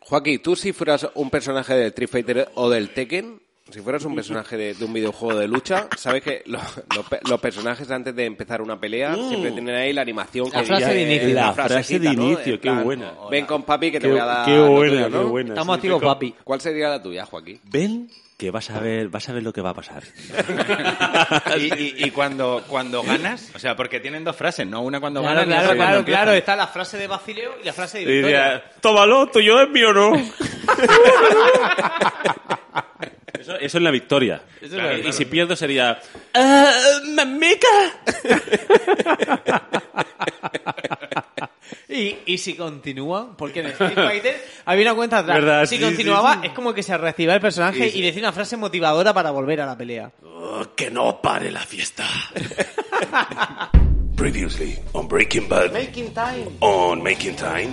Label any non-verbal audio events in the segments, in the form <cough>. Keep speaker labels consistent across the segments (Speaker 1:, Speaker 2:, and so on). Speaker 1: Joaquín, ¿tú si fueras un personaje de Street Fighter o del Tekken, si fueras un personaje de, de un videojuego de lucha, sabes que los, los pe- los personajes antes de empezar una pelea siempre tienen ahí la animación.
Speaker 2: Mm. La
Speaker 1: que
Speaker 2: frase
Speaker 1: dice,
Speaker 2: de inicio.
Speaker 1: eh,
Speaker 3: La
Speaker 1: una
Speaker 3: frase de
Speaker 1: frasecita, ¿no?
Speaker 3: inicio,
Speaker 1: En
Speaker 3: qué buena.
Speaker 1: Ven con papi que te
Speaker 3: Qué-
Speaker 1: voy a dar
Speaker 3: qué
Speaker 1: lo
Speaker 3: buena,
Speaker 1: tuyo, ¿no?
Speaker 3: qué buena.
Speaker 2: Estamos
Speaker 3: Sí,
Speaker 2: activos,
Speaker 3: qué co-
Speaker 2: papi.
Speaker 1: ¿Cuál sería la tuya, Joaquín?
Speaker 3: Ven que vas a ver, vas a ver lo que va a pasar.
Speaker 4: <laughs> Y, y- y cuando, cuando ganas, o sea, porque tienen dos frases, ¿no? Una cuando
Speaker 2: <laughs> Claro,
Speaker 4: ganas y
Speaker 2: claro,
Speaker 4: otra cuando
Speaker 2: claro, claro.
Speaker 4: empiezas.
Speaker 2: Está la frase de Basileo y la frase de
Speaker 3: Y
Speaker 2: Victoria.
Speaker 3: diría, tómalo, tuyo es
Speaker 1: <laughs>
Speaker 3: mío, ¿no? eso, eso es la victoria.
Speaker 2: es la
Speaker 3: Y- y,
Speaker 2: victoria.
Speaker 3: si pierdo sería, "Ah, ¡Mamica!
Speaker 2: Y, y si continúan, porque en Street
Speaker 4: <laughs>
Speaker 2: Fighter había una cuenta atrás.
Speaker 3: ¿Verdad?
Speaker 2: Si
Speaker 3: Sí,
Speaker 2: continuaba,
Speaker 3: sí, sí.
Speaker 2: es como que se reactivaba el personaje y decía una frase motivadora para volver a la pelea.
Speaker 3: Oh, ¡Que no pare la <laughs> fiesta!
Speaker 5: Previously on Breaking Bad.
Speaker 2: Making time.
Speaker 5: On Making Time.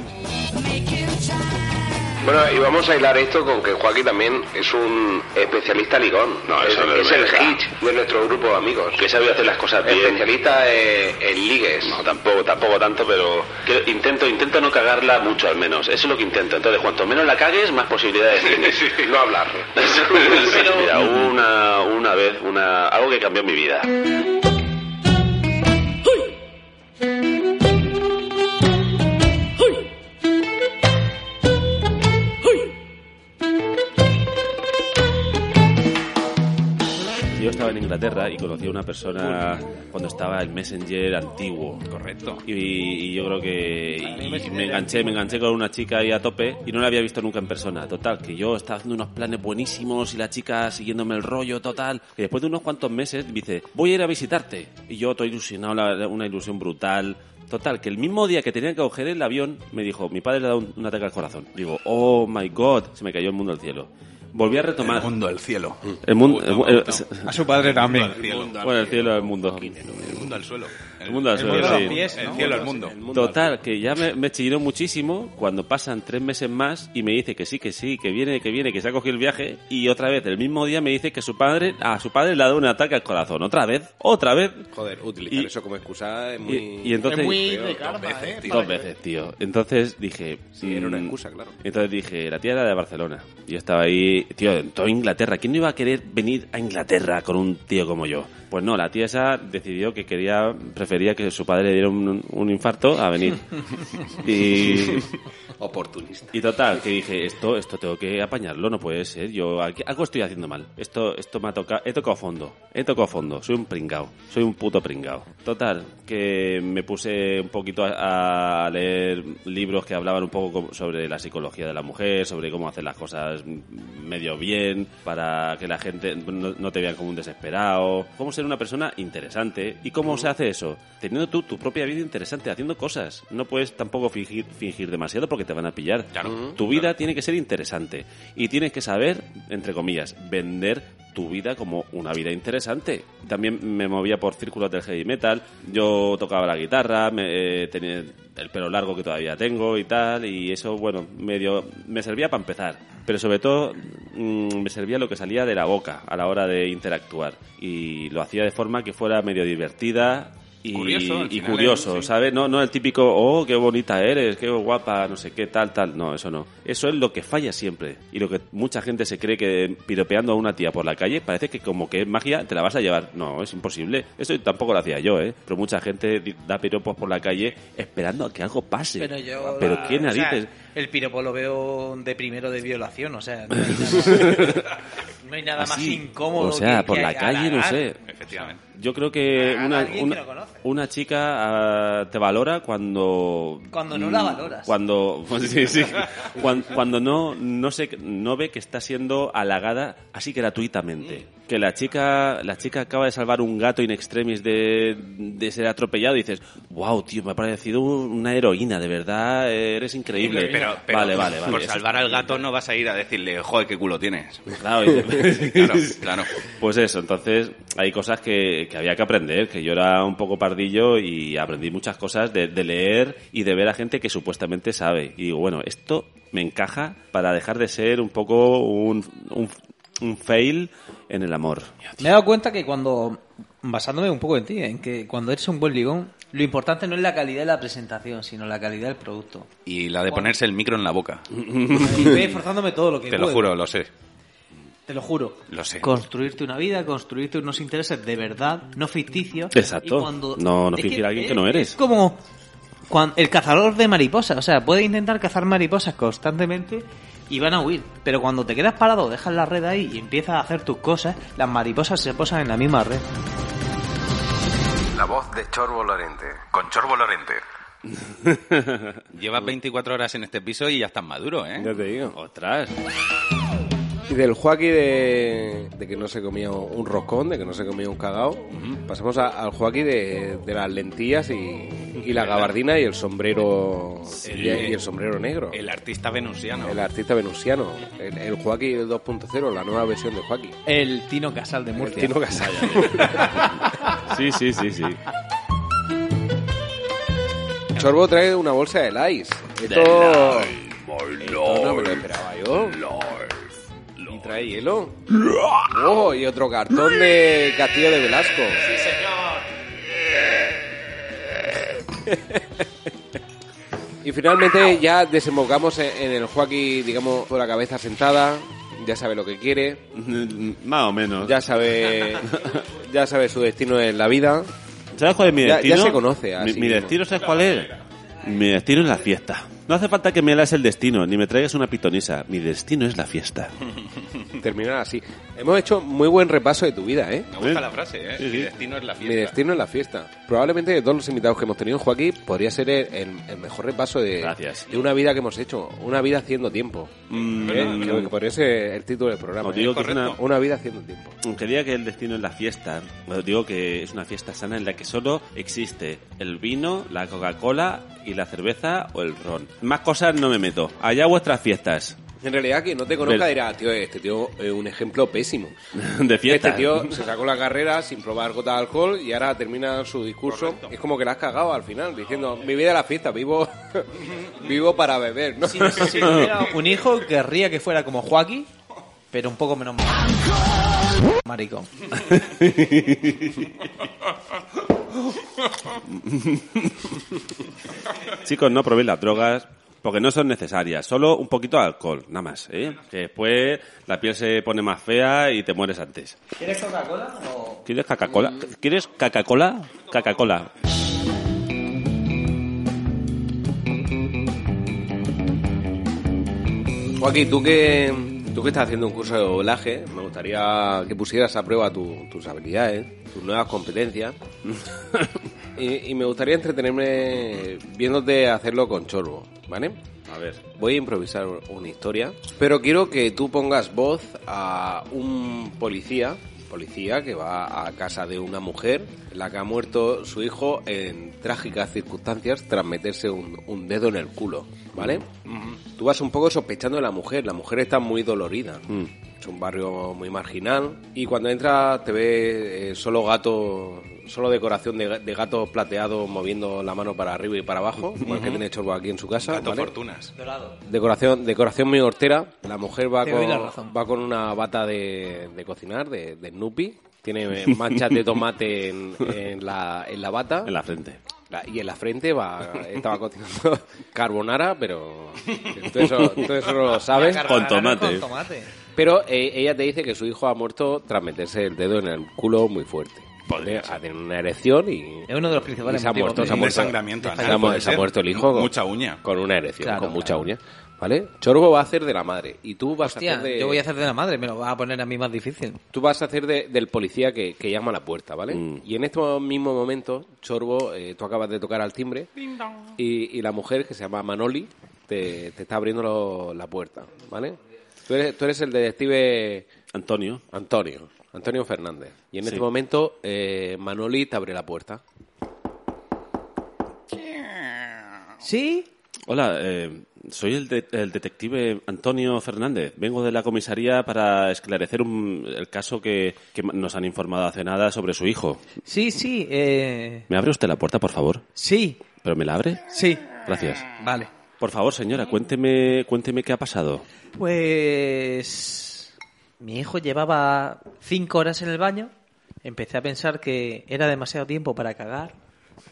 Speaker 6: Bueno, y vamos a hilar esto con que Joaquín también es un especialista ligón.
Speaker 5: No,
Speaker 6: es,
Speaker 5: eso no es
Speaker 6: es el
Speaker 5: verdad.
Speaker 6: hitch de nuestro grupo de amigos.
Speaker 5: Que sabe hacer las cosas bien.
Speaker 6: Especialista eh, en ligues.
Speaker 5: No, tampoco, tampoco tanto, pero que- intento, intento no cagarla mucho al menos. Eso es lo que intento. Entonces, cuanto menos la cagues, más
Speaker 6: <laughs>
Speaker 5: posibilidades tienes.
Speaker 6: no hablar.
Speaker 5: <laughs> Mira, hubo una, una vez, una, algo que cambió mi vida.
Speaker 3: Yo estaba en Inglaterra y conocí a una persona cuando estaba el Messenger antiguo.
Speaker 4: Correcto.
Speaker 3: Y, y yo creo que y me enganché, me enganché con una chica ahí a tope y no la había visto nunca en persona. Total, que yo estaba haciendo unos planes buenísimos y la chica siguiéndome el rollo, total. Y después de unos cuantos meses me dice, voy a ir a visitarte. Y yo estoy ilusionado, la- una ilusión brutal. Total, que el mismo día que tenía que coger el avión, me dijo, mi padre le ha dado un, un ataque al corazón. Digo, oh my god, se me cayó el mundo al cielo. Volví a retomar.
Speaker 7: El mundo, el cielo.
Speaker 3: El mundo. el mu- el-
Speaker 4: A su padre también.
Speaker 7: El cielo.
Speaker 3: bueno, el cielo, el mundo.
Speaker 7: El mundo al suelo.
Speaker 3: El mundo al
Speaker 2: El
Speaker 3: suelo,
Speaker 2: mundo a
Speaker 3: sí.
Speaker 2: los pies.
Speaker 7: El cielo al mundo.
Speaker 3: Total, que ya me, me chilló muchísimo cuando pasan tres meses más y me dice que sí, que sí, que viene, que viene, que se ha cogido el viaje y otra vez, el mismo día me dice que su padre, a su padre le ha dado un ataque al corazón. Otra vez, otra vez.
Speaker 1: Joder, utilizar
Speaker 3: Y-
Speaker 1: eso como excusa es
Speaker 3: Y,
Speaker 1: muy...
Speaker 3: y entonces...
Speaker 2: es muy
Speaker 1: Pero
Speaker 2: de
Speaker 1: dos
Speaker 2: karma,
Speaker 1: veces,
Speaker 2: ¿eh?
Speaker 1: tío.
Speaker 3: Dos veces, tío. Entonces dije...
Speaker 1: Sí, era una
Speaker 3: mm,
Speaker 1: excusa, claro.
Speaker 3: Entonces dije, la tía era de Barcelona. Yo estaba ahí, tío, en toda Inglaterra. ¿Quién no iba a querer venir a Inglaterra con un tío como yo? Pues no, la tía esa decidió que quería, prefería que su padre le diera un, un infarto a venir. Y,
Speaker 1: Oportunista.
Speaker 3: y total, que dije, esto, esto tengo que apañarlo, no puede ser. Yo aquí- algo estoy haciendo mal. Esto, esto me ha tocado, he tocado fondo, he tocado fondo, soy un pringao, soy un puto pringao. Total, que me puse un poquito a, a leer libros que hablaban un poco como- sobre la psicología de la mujer, sobre cómo hacer las cosas medio bien, para que la gente no, no te vea como un desesperado, cómo ser una persona interesante y cómo se hace eso, teniendo tú tu propia vida interesante, haciendo cosas. No puedes tampoco fingir, fingir demasiado porque te van a pillar. tu vida tiene que ser interesante y tienes que saber, entre comillas, vender tu vida como una vida interesante. También me movía por círculos del heavy metal, yo tocaba la guitarra, me, eh, tenía el pelo largo que todavía tengo y tal, y eso, bueno, medio me servía para empezar, pero sobre todo mm, me servía lo que salía de la boca a la hora de interactuar y lo hacía de forma que fuera medio divertida. Y
Speaker 4: Curioso, al
Speaker 3: y
Speaker 4: final, ¿eh?
Speaker 3: curioso,
Speaker 4: sí.
Speaker 3: ¿sabes? No, no el típico, oh, qué bonita eres, qué guapa, no sé qué, tal, tal. No, eso no. Eso es lo que falla siempre. Y lo que mucha gente se cree que piropeando a una tía por la calle parece que como que es magia, te la vas a llevar. No, es imposible. Eso tampoco lo hacía yo, ¿eh? Pero mucha gente di- da piropos por la calle esperando a que algo pase.
Speaker 2: Pero yo.
Speaker 3: Pero
Speaker 2: la-
Speaker 3: qué
Speaker 2: o sea,
Speaker 3: narices.
Speaker 2: el piropo lo veo de primero de violación, o sea. No <laughs> hay nada, no hay nada más
Speaker 3: Así.
Speaker 2: incómodo.
Speaker 3: O sea,
Speaker 2: que-
Speaker 3: por
Speaker 2: que
Speaker 3: la calle, no
Speaker 2: halagar.
Speaker 3: sé.
Speaker 4: Efectivamente.
Speaker 3: Yo creo que
Speaker 2: Ah,
Speaker 3: una,
Speaker 2: alguien que
Speaker 3: una,
Speaker 2: lo conoce.
Speaker 3: una chica ah, te valora cuando...
Speaker 2: Cuando no la
Speaker 3: mm,
Speaker 2: valoras.
Speaker 3: Cuando, <laughs> pues sí, sí. Cuan- cuando, no, no, se, no ve que está siendo halagada así gratuitamente.
Speaker 2: Mm.
Speaker 3: que la chica, la chica acaba de salvar un gato in extremis de, de ser atropellado y dices, wow, tío, me ha parecido una heroína, de verdad, eres increíble.
Speaker 4: Pero, pero
Speaker 3: vale, vale, vale.
Speaker 4: por salvar al gato no vas a ir a decirle, joder, qué culo tienes.
Speaker 3: Claro, y-
Speaker 4: Claro, claro.
Speaker 3: Pues eso, entonces hay cosas que, que había que aprender, que yo era un poco pardillo y aprendí muchas cosas de, de leer y de ver a gente que supuestamente sabe. Y digo, bueno, esto me encaja para dejar de ser un poco un, un, un fail en el amor.
Speaker 2: Me he dado cuenta que cuando, basándome un poco en ti, en que cuando eres un buen ligón, lo importante no es la calidad de la presentación, sino la calidad del producto.
Speaker 3: <laughs>
Speaker 4: Y la de ponerse el micro en la boca.
Speaker 2: Estoy esforzándome todo lo que
Speaker 4: Te lo
Speaker 2: puedo.
Speaker 4: juro, lo sé.
Speaker 2: Te lo juro.
Speaker 4: Lo sé.
Speaker 2: Construirte una vida, construirte unos intereses de verdad, no ficticios.
Speaker 3: Exacto.
Speaker 2: Y cuando-
Speaker 3: No- no
Speaker 2: es
Speaker 3: fingir a alguien que
Speaker 2: es-
Speaker 3: no eres.
Speaker 2: Es como cuan- el cazador de mariposas. O sea, puedes intentar cazar mariposas constantemente y van a huir. Pero cuando te quedas parado, dejas la red ahí y empiezas a hacer tus cosas, las mariposas se posan en la misma red.
Speaker 7: La voz de Chorbo Lorente. Con Chorbo Lorente.
Speaker 4: Llevas 24 horas en este piso y ya estás maduro, ¿eh?
Speaker 1: Ya te digo.
Speaker 3: Ostras.
Speaker 1: Y del Joaquín de, de que no se comía un roscón, de que no se comía un cagao, pasamos a- al Joaquín de, de las lentillas y, y la gabardina y el sombrero y, y el sombrero negro.
Speaker 4: El artista venusiano.
Speaker 1: El artista venusiano, el, el Joaquín 2.0, la nueva versión de Joaquín.
Speaker 2: El Tino Casal de Murcia.
Speaker 1: Tino Casal.
Speaker 3: Sí, sí, sí, sí.
Speaker 1: <laughs> Chorbo trae una bolsa de Lice. Esto, esto no me lo esperaba yo. Y trae hielo. Oh, y otro cartón de Castillo de Velasco. <laughs> Y finalmente ya desembocamos en en el Joaquín, digamos, con la cabeza sentada. Ya sabe lo que quiere.
Speaker 3: Más o menos.
Speaker 1: Ya sabe, ya sabe su destino en la vida.
Speaker 3: ¿Sabes cuál es mi
Speaker 1: Ya- ya
Speaker 3: destino?
Speaker 1: se conoce,
Speaker 3: Mi,
Speaker 1: así que
Speaker 3: mi
Speaker 1: no.
Speaker 3: destino, ¿sabes cuál es? Mi destino es la fiesta. No hace falta que me las el destino, ni me traigas una pitonisa. Mi destino es la fiesta.
Speaker 1: Terminar así. Hemos hecho muy buen repaso de tu vida, ¿eh?
Speaker 4: Me gusta la frase, ¿eh?
Speaker 3: Sí, sí.
Speaker 4: Mi destino es la
Speaker 1: Mi
Speaker 4: fiesta.
Speaker 1: destino es la fiesta. Probablemente de todos los invitados que hemos tenido, Joaquín, podría ser el, el- el mejor repaso de,
Speaker 3: Gracias. Mm.
Speaker 1: de una vida que hemos hecho. Una vida haciendo tiempo. ¿Eh? Creo que podría ser el título del programa.
Speaker 3: Os digo
Speaker 1: ¿eh?
Speaker 3: que es
Speaker 4: correcto.
Speaker 3: una,
Speaker 1: Una vida haciendo tiempo.
Speaker 3: Aunque diga que el destino es la fiesta, os digo que es una fiesta sana en la que solo existe el vino, la Coca-Cola y la cerveza o el ron. Más cosas no me meto. Allá vuestras fiestas. <laughs>
Speaker 1: En realidad, quien no te conozca
Speaker 3: Del-
Speaker 1: dirá, tío, este tío es un ejemplo pésimo.
Speaker 3: De fiesta.
Speaker 1: Este tío se sacó la carrera sin probar gota de alcohol y ahora termina su discurso. Es como que la has cagado al final, diciendo, mi vida es la fiesta, vivo, <laughs> vivo para beber, ¿no?
Speaker 2: Si, si tuviera un hijo, querría que fuera como Joaquín, pero un poco menos mar- maricón.
Speaker 3: Chicos, no probéis las drogas porque no son necesarias. Solo un poquito de alcohol, nada más. ¿eh? Que después la piel se pone más fea y te mueres antes.
Speaker 2: ¿Quieres Coca-Cola o...?
Speaker 3: ¿Quieres Coca-Cola? ¿Quieres Coca-Cola? Coca-Cola.
Speaker 1: Joaquín, tú que, tú que estás haciendo un curso de doblaje, me gustaría que pusieras a prueba tu- tus habilidades, tus nuevas competencias. <laughs> y, y me gustaría entretenerme viéndote hacerlo con chorbo, ¿vale?
Speaker 3: A ver.
Speaker 1: Voy a improvisar una historia, pero quiero que tú pongas voz a un policía, policía que va a casa de una mujer, en la que ha muerto su hijo en trágicas circunstancias tras meterse un, un dedo en el culo, ¿vale? Tú vas un poco sospechando de la mujer, la mujer está muy dolorida. Es un barrio muy marginal y cuando entra te ve eh, solo gato, solo decoración de, ga- de gatos plateados moviendo la mano para arriba y para abajo, igual que tiene Chorbo aquí en su casa.
Speaker 4: Gato
Speaker 1: ¿vale?
Speaker 4: fortunas.
Speaker 2: Dorado.
Speaker 1: Decoración, decoración muy hortera. La mujer va
Speaker 2: Te
Speaker 1: con,
Speaker 2: doy la razón.
Speaker 1: va con una bata de, de cocinar, de, de Snoopy. Tiene manchas de tomate en, en la, en la bata.
Speaker 3: En la frente.
Speaker 1: La- y en la frente va, estaba cocinando <laughs> carbonara, pero tú eso, tú eso no lo sabes.
Speaker 3: Con tomate.
Speaker 2: Con tomate.
Speaker 1: Pero eh, ella te dice que su hijo ha muerto tras meterse el dedo en el culo muy fuerte. Podría ha tenido una erección y...
Speaker 2: Es uno de los
Speaker 1: y
Speaker 2: principales
Speaker 1: se ha
Speaker 2: motivos
Speaker 1: muerto,
Speaker 2: de-
Speaker 1: se ha
Speaker 2: Un
Speaker 1: muerto.
Speaker 4: desangramiento
Speaker 1: Se
Speaker 4: anal,
Speaker 1: ha mu-
Speaker 4: puede
Speaker 1: se ha
Speaker 4: ser.
Speaker 1: muerto el hijo. con-
Speaker 4: Mucha uña.
Speaker 1: Con una erección,
Speaker 2: Claro,
Speaker 1: con mucha
Speaker 2: claro.
Speaker 1: uña. ¿Vale? Chorbo va a hacer de la madre y tú vas a
Speaker 2: Hostia,
Speaker 1: hacer de...
Speaker 2: yo voy a hacer de la madre, me lo va a poner a mí más difícil.
Speaker 1: Tú vas a hacer de- del policía que, que llama a la puerta, ¿vale? Y en este mismo momento, Chorbo, eh, tú acabas de tocar al timbre y, y la mujer, que se llama Manoli, te, te está abriendo lo- la puerta, ¿vale? Tú eres, tú eres el detective
Speaker 3: Antonio.
Speaker 1: Antonio. Antonio Fernández. Y en
Speaker 3: Sí.
Speaker 1: este momento eh, Manoli te abre la puerta.
Speaker 2: ¿Sí?
Speaker 3: Hola, eh, soy el, de- el detective Antonio Fernández. Vengo de la comisaría para esclarecer un- el caso que, que nos han informado hace nada sobre su hijo.
Speaker 2: Sí, sí, eh...
Speaker 3: ¿Me abre usted la puerta, por favor?
Speaker 2: Sí,
Speaker 3: ¿Pero me la abre?
Speaker 2: sí.
Speaker 3: Gracias.
Speaker 2: Vale.
Speaker 3: Por favor, señora, cuénteme, cuénteme qué ha pasado.
Speaker 2: Pues... Mi hijo llevaba cinco horas en el baño. Empecé a pensar que era demasiado tiempo para cagar.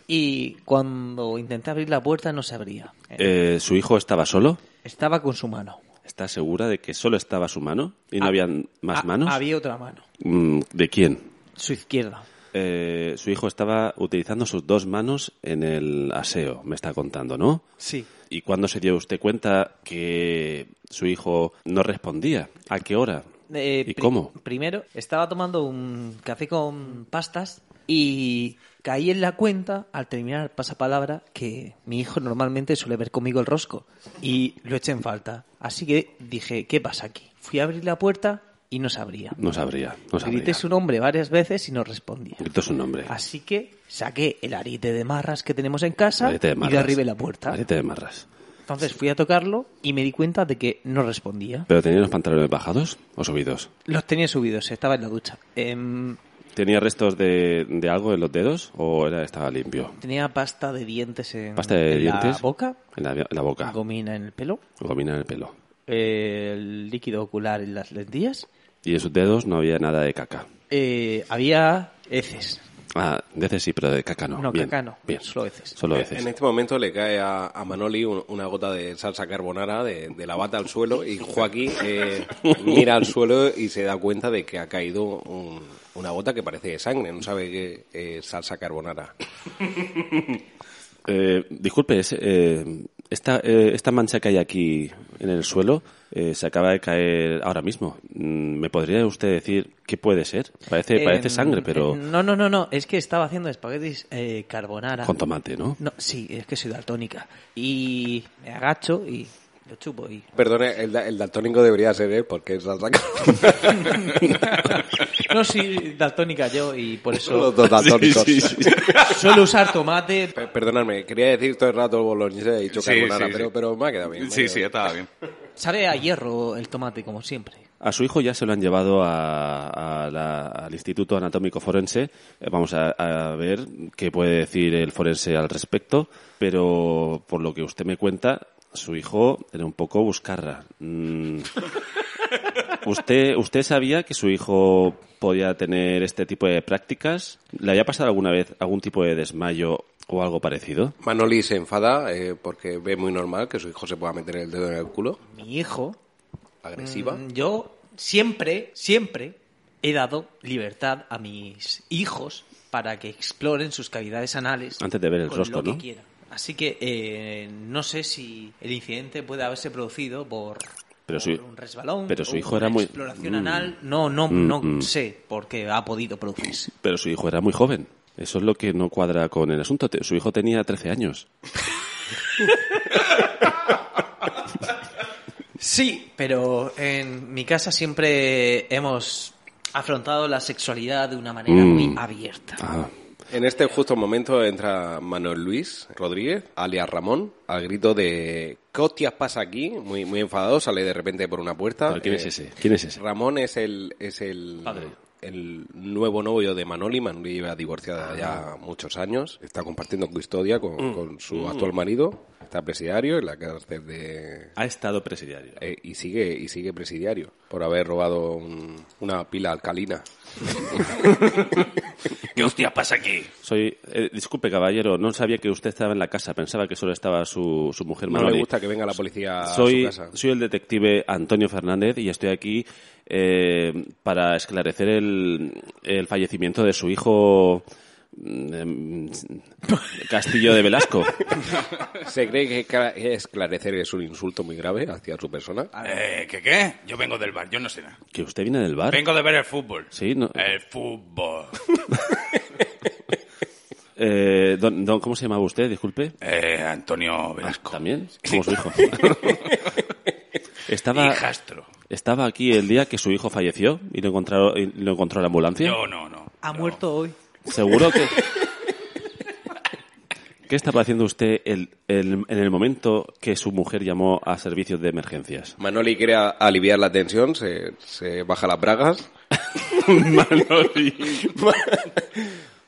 Speaker 2: Y cuando intenté abrir la puerta no se abría.
Speaker 3: Eh, ¿Su hijo estaba solo?
Speaker 2: Estaba con su mano.
Speaker 3: ¿Está segura de que solo estaba su mano y no habían más
Speaker 2: Ha-
Speaker 3: manos?
Speaker 2: ah, Había otra mano.
Speaker 3: Mm, ¿De quién?
Speaker 2: Su izquierda.
Speaker 3: Eh, su hijo estaba utilizando sus dos manos en el aseo, me está contando, ¿no?
Speaker 2: Sí.
Speaker 3: ¿Y cuándo se dio usted cuenta que su hijo no respondía? ¿A qué hora?
Speaker 2: Eh,
Speaker 3: ¿Y
Speaker 2: pri-
Speaker 3: cómo?
Speaker 2: Primero, estaba tomando un café con pastas y caí en la cuenta al terminar el pasapalabra que mi hijo normalmente suele ver conmigo el rosco y lo eché en falta. Así que dije, ¿qué pasa aquí? Fui a abrir la puerta y no se abría.
Speaker 3: No sabría, no sabría.
Speaker 2: Grité su nombre varias veces y no respondía.
Speaker 3: Gritó su nombre.
Speaker 2: Así que saqué el arite de marras que tenemos en casa
Speaker 3: Arete de
Speaker 2: y
Speaker 3: marras.
Speaker 2: derribé la puerta.
Speaker 3: Arete de marras.
Speaker 2: Entonces fui a tocarlo y me di cuenta de que no respondía.
Speaker 3: ¿Pero tenía los pantalones bajados o subidos?
Speaker 2: Los tenía subidos, estaba en la ducha. Em,
Speaker 3: ¿Tenía restos de, de algo en los dedos o era, estaba limpio?
Speaker 2: tenía pasta de dientes en,
Speaker 3: ¿Pasta de
Speaker 2: en la
Speaker 3: dientes?
Speaker 2: boca,
Speaker 3: En la, en la boca.
Speaker 2: gomina en el pelo,
Speaker 3: Gomina en el pelo.
Speaker 2: eh, el líquido ocular en las lentillas.
Speaker 3: Y en sus dedos no había nada de caca.
Speaker 2: Eh, había heces.
Speaker 3: Ah, de heces sí, pero de caca no.
Speaker 2: No,
Speaker 3: Ah, Bien,
Speaker 2: caca no,
Speaker 3: Bien.
Speaker 2: solo heces.
Speaker 3: Solo
Speaker 1: Eh,
Speaker 3: heces.
Speaker 1: En este momento le cae a, a Manoli un- una gota de salsa carbonara de, de la bata al suelo y Joaquín eh, mira al suelo y se da cuenta de que ha caído un- una gota que parece de sangre, no sabe qué es salsa carbonara.
Speaker 3: Eh, disculpe, es, eh, esta, eh, esta mancha que hay aquí en el suelo eh, se acaba de caer ahora mismo. Mm, ¿Me podría usted decir qué puede ser? Parece, parece
Speaker 2: Em,
Speaker 3: sangre, pero
Speaker 2: eh, no, no, no, no, es que estaba haciendo espaguetis eh, carbonara.
Speaker 3: con tomate, ¿no?
Speaker 2: No, sí, es que soy daltónica. Y me agacho y lo chupo
Speaker 3: <laughs>
Speaker 2: y...
Speaker 1: Perdone, el, da- el daltónico debería ser él porque es salsa carbonara. <laughs>
Speaker 2: No, sí, daltónica yo y por eso
Speaker 1: Los dos daltónicos.
Speaker 3: Sí, sí, sí.
Speaker 2: suelo usar tomate.
Speaker 1: Pe- Perdonadme, quería decir todo el rato boloñesa he dicho
Speaker 4: Sí,
Speaker 1: carbonara,
Speaker 4: sí, sí.
Speaker 1: pero, pero me ha quedado bien. me ha
Speaker 4: Sí,
Speaker 1: quedado
Speaker 4: sí,
Speaker 1: bien.
Speaker 4: estaba <laughs> bien.
Speaker 2: Sabe a hierro el tomate, como siempre.
Speaker 3: A su hijo ya se lo han llevado a- a la- al Instituto Anatómico Forense. Eh, Vamos a, a ver qué puede decir el forense al respecto, pero por lo que usted me cuenta, su hijo era un poco buscarra. Mm. ¿Usted, ¿Usted sabía que su hijo podía tener este tipo de prácticas? ¿Le había pasado alguna vez algún tipo de desmayo o algo parecido?
Speaker 1: Manoli se enfada eh, porque ve muy normal que su hijo se pueda meter el dedo en el culo,
Speaker 2: Mi hijo
Speaker 3: Pues
Speaker 1: agresiva.
Speaker 2: Mm, Yo siempre, siempre he dado libertad a mis hijos para que exploren sus cavidades anales.
Speaker 3: Antes de ver el
Speaker 2: con
Speaker 3: rostro,
Speaker 2: lo que
Speaker 3: ¿no?
Speaker 2: quieran. Así que eh, no sé si el incidente puede haberse producido por,
Speaker 3: Pero
Speaker 2: por
Speaker 3: su-
Speaker 2: un resbalón,
Speaker 3: pero su
Speaker 2: o
Speaker 3: hijo
Speaker 2: por
Speaker 3: era
Speaker 2: una
Speaker 3: muy-
Speaker 2: exploración
Speaker 3: Mm.
Speaker 2: anal. No, no,
Speaker 3: Mm,
Speaker 2: no
Speaker 3: mm.
Speaker 2: sé por qué ha podido producirse.
Speaker 3: Pero su hijo era muy joven. Eso es lo que no cuadra con el asunto. Te- Su hijo tenía 13 años.
Speaker 2: Sí, pero en mi casa siempre hemos afrontado la sexualidad de una manera
Speaker 3: Mm.
Speaker 2: muy abierta.
Speaker 3: Ah.
Speaker 1: En este justo momento entra Manuel Luis Rodríguez, alias Ramón, al grito de ¿Qué hostias pasa aquí? Muy, muy enfadado, sale de repente por una puerta.
Speaker 3: ¿Pero quién
Speaker 1: Eh,
Speaker 3: es ese? ¿Quién es ese?
Speaker 1: Ramón es el, es el,
Speaker 3: Padre.
Speaker 1: el nuevo novio de Manoli. Manoli lleva divorciada
Speaker 3: Ah.
Speaker 1: ya muchos años. Está compartiendo custodia con,
Speaker 3: Mm.
Speaker 1: con su actual marido. Está presidiario en la cárcel de...
Speaker 3: Ha estado presidiario.
Speaker 1: eh, y sigue y sigue presidiario por haber robado un- una pila alcalina.
Speaker 4: ¿Qué hostia pasa aquí?
Speaker 3: Soy, eh, disculpe, caballero, no sabía que usted estaba en la casa. Pensaba que solo estaba su, su mujer
Speaker 1: No
Speaker 3: Manoli.
Speaker 1: le gusta que venga la policía
Speaker 3: soy,
Speaker 1: a su casa.
Speaker 3: soy el detective Antonio Fernández y estoy aquí eh, para esclarecer el, el fallecimiento de su hijo mm, Castillo de Velasco.
Speaker 1: <laughs> Se cree que ca- esclarecer es un insulto muy grave hacia su persona.
Speaker 4: Eh, ¿Qué qué? Yo vengo del bar, yo no sé nada.
Speaker 3: ¿Que usted viene del bar?
Speaker 4: Vengo de ver el fútbol.
Speaker 3: Sí, no-
Speaker 1: Eh.
Speaker 3: <laughs>
Speaker 4: El fútbol.
Speaker 3: Eh, don, don, ¿Cómo se llamaba usted? Disculpe.
Speaker 4: Eh, Antonio
Speaker 1: <laughs>
Speaker 4: Velasco.
Speaker 3: ¿También? Como su hijo. Estaba...
Speaker 4: Hijastro.
Speaker 3: Estaba aquí el día que su hijo falleció y lo encontró, y lo encontró la ambulancia.
Speaker 4: Yo no, no.
Speaker 2: Ha muerto hoy.
Speaker 3: Seguro que. ¿Qué estaba haciendo usted el- el- en el momento que su mujer llamó a servicios de emergencias?
Speaker 1: Manoli quiere a- aliviar la tensión, se, se baja las <laughs> bragas. <laughs>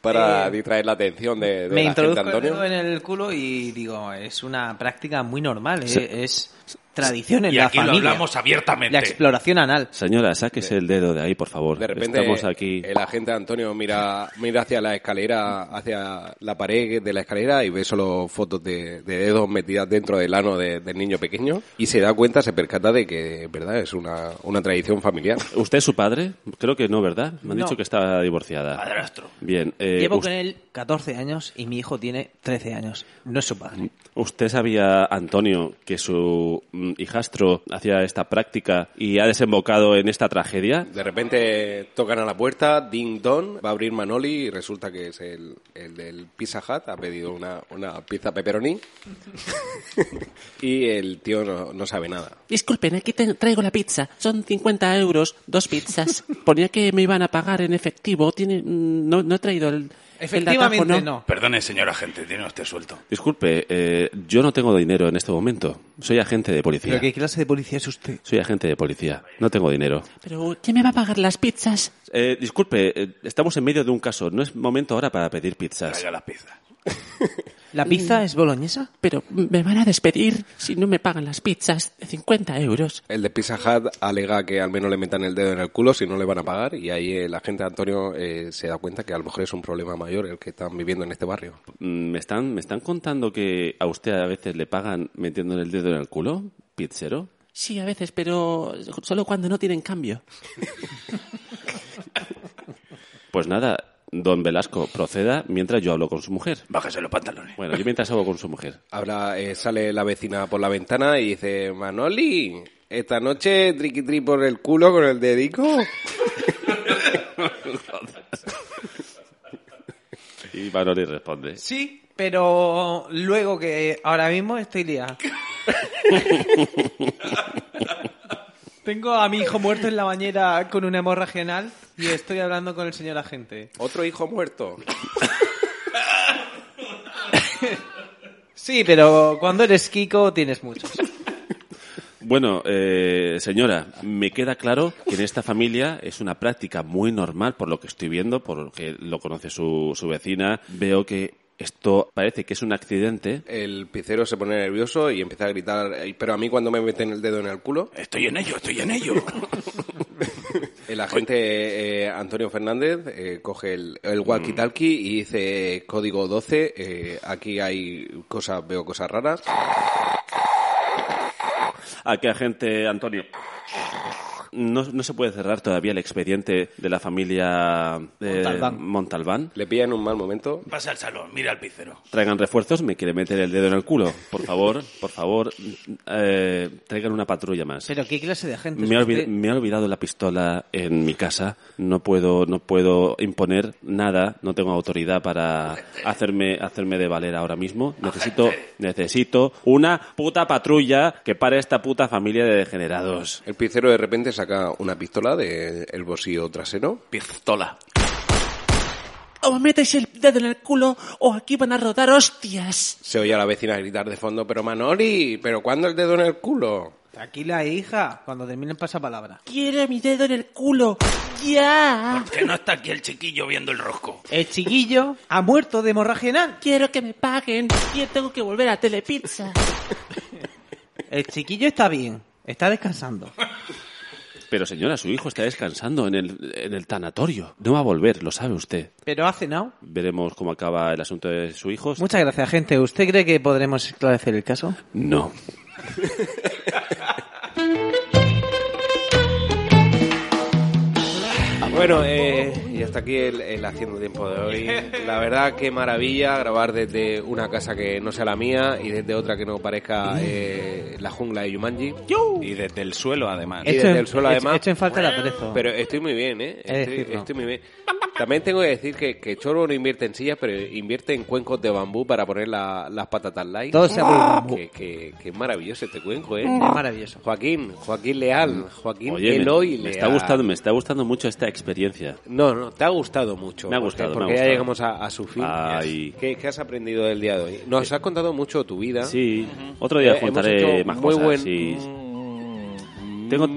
Speaker 1: Para distraer la atención de, de
Speaker 2: Eh, Me
Speaker 1: la gente,
Speaker 2: introduzco el
Speaker 1: Antonio.
Speaker 2: dedo en el culo y digo, es una práctica muy normal, es, es tradición en
Speaker 4: Y
Speaker 2: la
Speaker 4: aquí lo
Speaker 2: familia.
Speaker 4: hablamos abiertamente.
Speaker 2: La exploración anal.
Speaker 3: Señora, sáquese el dedo de ahí, por favor.
Speaker 1: De repente
Speaker 3: Pues Estamos aquí.
Speaker 1: el agente Antonio mira, mira hacia la escalera, hacia la pared de la escalera y ve solo fotos de, de dedos metidas dentro del ano de- del niño pequeño y se da cuenta, se percata de que, verdad, es una, una tradición familiar.
Speaker 3: ¿Usted es su padre? Creo que no, ¿verdad? Me han
Speaker 2: No.
Speaker 3: dicho que está divorciada.
Speaker 4: Padrastro.
Speaker 3: Bien. eh,
Speaker 2: Llevo
Speaker 3: us-
Speaker 2: con él 14 años y mi hijo tiene 13 años. No es su padre.
Speaker 3: ¿Usted sabía, Antonio, que su mm, hijastro hacía esta práctica y ha desembocado en esta tragedia?
Speaker 1: De repente tocan a la puerta, ding dong, va a abrir Manoli y resulta que es el, el del Pizza Hut, ha pedido una, una pizza pepperoni <laughs> y el tío no, no sabe nada.
Speaker 8: Disculpen, aquí te- traigo la pizza. Son 50 euros, dos pizzas. Ponía que me iban a pagar en efectivo. Tiene, mm, no, no he traído el, el de atajo,
Speaker 2: Efectivamente,
Speaker 8: ¿no?
Speaker 2: no.
Speaker 4: Perdone, señor agente, tiene usted suelto.
Speaker 3: Disculpe, eh, yo no tengo dinero en este momento. Soy agente de policía.
Speaker 2: ¿Pero qué clase de policía es usted?
Speaker 3: Soy agente de policía. No tengo dinero.
Speaker 8: Pero, ¿quién me va a pagar las pizzas?
Speaker 3: Eh, disculpe, eh, estamos en medio de un caso. No es momento ahora para pedir pizzas.
Speaker 4: Traiga las pizzas.
Speaker 2: ¿La pizza es boloñesa?
Speaker 8: Pero me van a despedir si no me pagan las pizzas de 50 euros.
Speaker 1: El de Pizza Hut alega que al menos le metan el dedo en el culo si no le van a pagar y ahí el agente Antonio eh, se da cuenta que a lo mejor es un problema mayor el que están viviendo en este barrio.
Speaker 3: Mm, ¿Me están, ¿Me están contando que a usted a veces le pagan metiéndole el dedo en el culo? ¿Pizzero?
Speaker 8: Sí, a veces, pero solo cuando no tienen cambio.
Speaker 3: Pues nada, don Velasco, proceda mientras yo hablo con su mujer.
Speaker 4: Bájese los pantalones.
Speaker 3: Bueno, yo mientras hablo con su mujer.
Speaker 1: Ahora eh, sale la vecina por la ventana y dice, Manoli, esta noche triqui tri por el culo con el dedico.
Speaker 3: Y Manoli responde.
Speaker 2: Sí, pero luego que ahora mismo estoy liada. <laughs> Tengo a mi hijo muerto en la bañera con una hemorragia anal y estoy hablando con el señor agente.
Speaker 1: Otro hijo muerto.
Speaker 2: Sí, pero cuando eres Kiko tienes muchos.
Speaker 3: Bueno, eh, señora, me queda claro que en esta familia es una práctica muy normal por lo que estoy viendo, por lo que lo conoce su, su vecina. Veo que esto parece que es un accidente.
Speaker 1: El pizzero se pone nervioso y empieza a gritar, "Ey, pero a mí cuando me meten el dedo en el culo,
Speaker 4: Estoy en ello, estoy en ello. <laughs>
Speaker 1: el agente eh, Antonio Fernández eh, coge el, el walkie-talkie y dice, código 12, eh, aquí hay cosas, veo cosas raras.
Speaker 3: ¿A qué agente, Antonio? No, no se puede cerrar todavía el expediente de la familia eh,
Speaker 2: Montalbán.
Speaker 3: Montalbán.
Speaker 1: Le pilla en un mal momento.
Speaker 4: Pasa al salón, mira al picero.
Speaker 3: Traigan refuerzos, me quiere meter el dedo en el culo. Por favor, por favor, eh, traigan una patrulla más.
Speaker 2: ¿Pero qué clase de agente es este?
Speaker 3: Me, ha olvid-
Speaker 2: usted?
Speaker 3: me ha olvidado la pistola en mi casa. No puedo, no puedo imponer nada. No tengo autoridad para hacerme, hacerme de valer ahora mismo. Necesito, necesito una puta patrulla que pare esta puta familia de degenerados.
Speaker 1: El pizzero de repente saca una pistola del bolsillo trasero.
Speaker 4: Pistola.
Speaker 8: O metes el dedo en el culo o aquí van a rodar hostias.
Speaker 1: Se oye a la vecina gritar de fondo, pero Manoli, ¿pero cuándo el dedo en el culo?
Speaker 2: Tranquila, hija, cuando terminen pasapalabra.
Speaker 8: Quiero mi dedo en el culo. Ya.
Speaker 4: Que no está aquí el chiquillo viendo el rosco.
Speaker 2: El chiquillo ha muerto de hemorragia anal.
Speaker 8: Quiero que me paguen. Yo tengo que volver a Telepizza.
Speaker 2: El chiquillo está bien, está descansando.
Speaker 3: Pero señora, su hijo está descansando en el, en el tanatorio. No va a volver, lo sabe usted.
Speaker 2: Pero ha cenado.
Speaker 3: Veremos cómo acaba el asunto de su hijo.
Speaker 2: Muchas gracias, gente. ¿Usted cree que podremos esclarecer el caso?
Speaker 3: No.
Speaker 1: Bueno, eh, y hasta aquí el, el Haciendo Tiempo de hoy. La verdad, qué maravilla grabar desde una casa que no sea la mía y desde otra que no parezca eh, la jungla de Yumanji.
Speaker 4: Y desde el suelo, además.
Speaker 1: Y desde el suelo,
Speaker 2: en,
Speaker 1: además.
Speaker 2: hecho en falta el aprezo.
Speaker 1: Pero estoy muy bien, ¿eh?
Speaker 2: Es
Speaker 1: Estoy,
Speaker 2: decir, no.
Speaker 1: estoy muy bien. También tengo que decir que, que Chorbo no invierte en sillas, pero invierte en cuencos de bambú para poner la- las patatas light.
Speaker 2: Todo se abre en
Speaker 3: Ah,
Speaker 2: bambú.
Speaker 1: Que, que, que maravilloso este cuenco, ¿eh?
Speaker 2: Es maravilloso.
Speaker 1: Joaquín, Joaquín Leal, Joaquín
Speaker 3: Mm. Oye, me-
Speaker 1: Eloy
Speaker 3: me,
Speaker 1: Leal.
Speaker 3: está gustando, me está gustando mucho esta experiencia.
Speaker 1: No, no, te ha gustado mucho.
Speaker 3: Me ha
Speaker 1: Jorge,
Speaker 3: gustado, me
Speaker 1: Porque
Speaker 3: ha
Speaker 1: ya
Speaker 3: gustado.
Speaker 1: llegamos a, a su fin.
Speaker 3: Ay. Eh,
Speaker 1: ¿Qué, qué has aprendido del día de hoy? Nos has contado mucho tu vida.
Speaker 3: Sí, otro
Speaker 1: Eh,
Speaker 3: día os
Speaker 1: hemos
Speaker 3: contaré
Speaker 1: hecho
Speaker 3: más
Speaker 1: muy
Speaker 3: cosas.
Speaker 1: buen- Mm,
Speaker 3: sí. Tengo,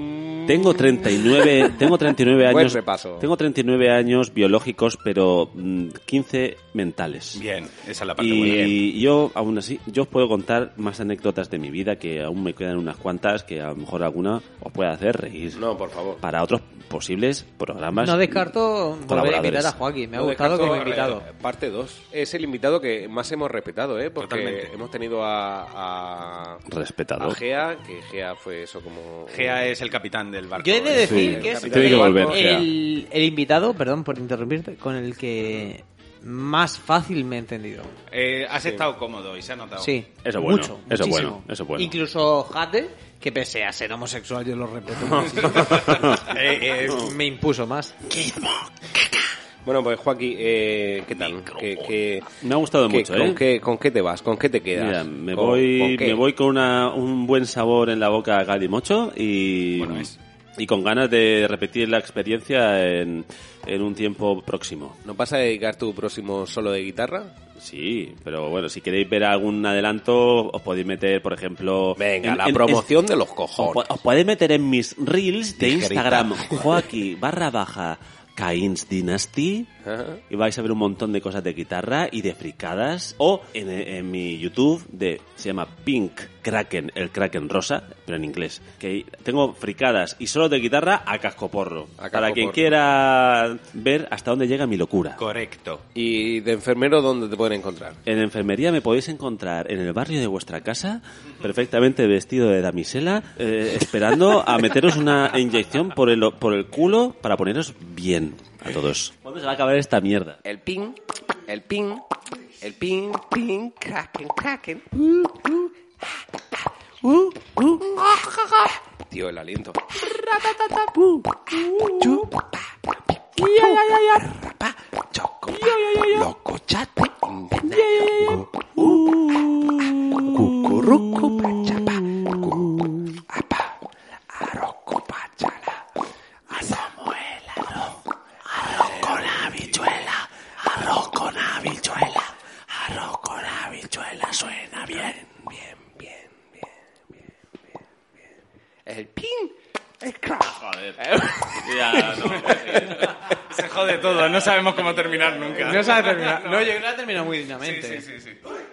Speaker 1: <laughs>
Speaker 3: tengo 39, tengo 39
Speaker 1: Buen
Speaker 3: años.
Speaker 1: repaso.
Speaker 3: Tengo 39 años biológicos, pero mm, 15 mentales.
Speaker 4: Bien, esa es la parte buena.
Speaker 3: Y yo, aún así, yo os puedo contar más anécdotas de mi vida que aún me quedan unas cuantas que a lo mejor alguna os pueda hacer reír.
Speaker 1: No, por favor.
Speaker 3: Para otros posibles programas.
Speaker 2: No descarto volver a
Speaker 3: Colaboradores.
Speaker 2: invitar a Joaquín. Me ha
Speaker 1: No
Speaker 2: gustado como
Speaker 1: descarto,
Speaker 2: invitado.
Speaker 1: eh, Parte 2. Es el invitado que más hemos respetado, ¿eh? Porque
Speaker 4: Totalmente.
Speaker 1: hemos tenido a... a...
Speaker 3: Respetado.
Speaker 1: a Gea, que Gea fue eso como...
Speaker 4: Gea es el capitán del barco.
Speaker 2: Yo he de decir
Speaker 3: eh, Sí,
Speaker 2: que es
Speaker 3: tiene que
Speaker 2: el-
Speaker 3: volver,
Speaker 2: el, el invitado, perdón por interrumpirte, con el que más fácil me he entendido.
Speaker 4: Eh, has estado cómodo y se ha notado.
Speaker 2: Sí,
Speaker 3: Eso es bueno,
Speaker 2: mucho,
Speaker 3: eso es
Speaker 2: muchísimo.
Speaker 3: bueno, eso es bueno.
Speaker 2: Incluso Jate, que pese a ser homosexual yo lo
Speaker 3: <laughs>
Speaker 2: respeto muchísimo. <laughs>
Speaker 4: Eh, eh,
Speaker 2: me impuso más.
Speaker 1: Bueno, pues Joaquín, eh, ¿qué tal? ¿Qué, qué-
Speaker 3: Me ha gustado
Speaker 1: qué-
Speaker 3: mucho,
Speaker 1: con,
Speaker 3: ¿eh?
Speaker 1: qué, ¿Con qué te vas? ¿Con qué te quedas?
Speaker 3: Mira, me
Speaker 1: ¿Con-
Speaker 3: voy,
Speaker 1: con qué?
Speaker 3: me voy con una- un buen sabor en la boca a Gadimocho y,
Speaker 4: Bueno, es.
Speaker 3: y con ganas de repetir la experiencia en, en un tiempo próximo.
Speaker 1: ¿No vas a dedicar tu próximo solo de guitarra?
Speaker 3: Sí, pero bueno, si queréis ver algún adelanto, os podéis meter, por ejemplo...
Speaker 1: Venga,
Speaker 3: en-
Speaker 1: la
Speaker 3: en-
Speaker 1: promoción de los
Speaker 3: Os, po-
Speaker 1: cojones.
Speaker 3: os podéis meter en mis reels de
Speaker 1: Tijerita. <laughs>
Speaker 3: Instagram, Joaquín barra baja Cains Dynasty.
Speaker 1: Ajá.
Speaker 3: Y vais a ver un montón de cosas de guitarra y de fricadas. O en, en mi YouTube de se llama Pink Kraken, el Kraken rosa, pero en inglés. Que tengo fricadas y solo de guitarra a cascoporro.
Speaker 1: A
Speaker 3: Para quien
Speaker 1: cascoporro.
Speaker 3: quiera ver hasta dónde llega mi locura.
Speaker 4: correcto.
Speaker 1: ¿Y de enfermero dónde te pueden encontrar?
Speaker 3: En enfermería me podéis encontrar en el barrio de vuestra casa, perfectamente vestido de damisela, eh, esperando a meteros una inyección por el, por el culo para poneros bien a todos. ¿Cuándo se va a acabar esta mierda?
Speaker 1: El ping, el ping, el ping, ping, kraken, kraken. Tío, el aliento. El ping, el crack.
Speaker 4: <laughs> Se jode todo, no sabemos cómo terminar nunca.
Speaker 2: <laughs> No se ha terminado, no, yo creo que ha terminado muy dignamente.
Speaker 4: Sí, sí, sí, sí.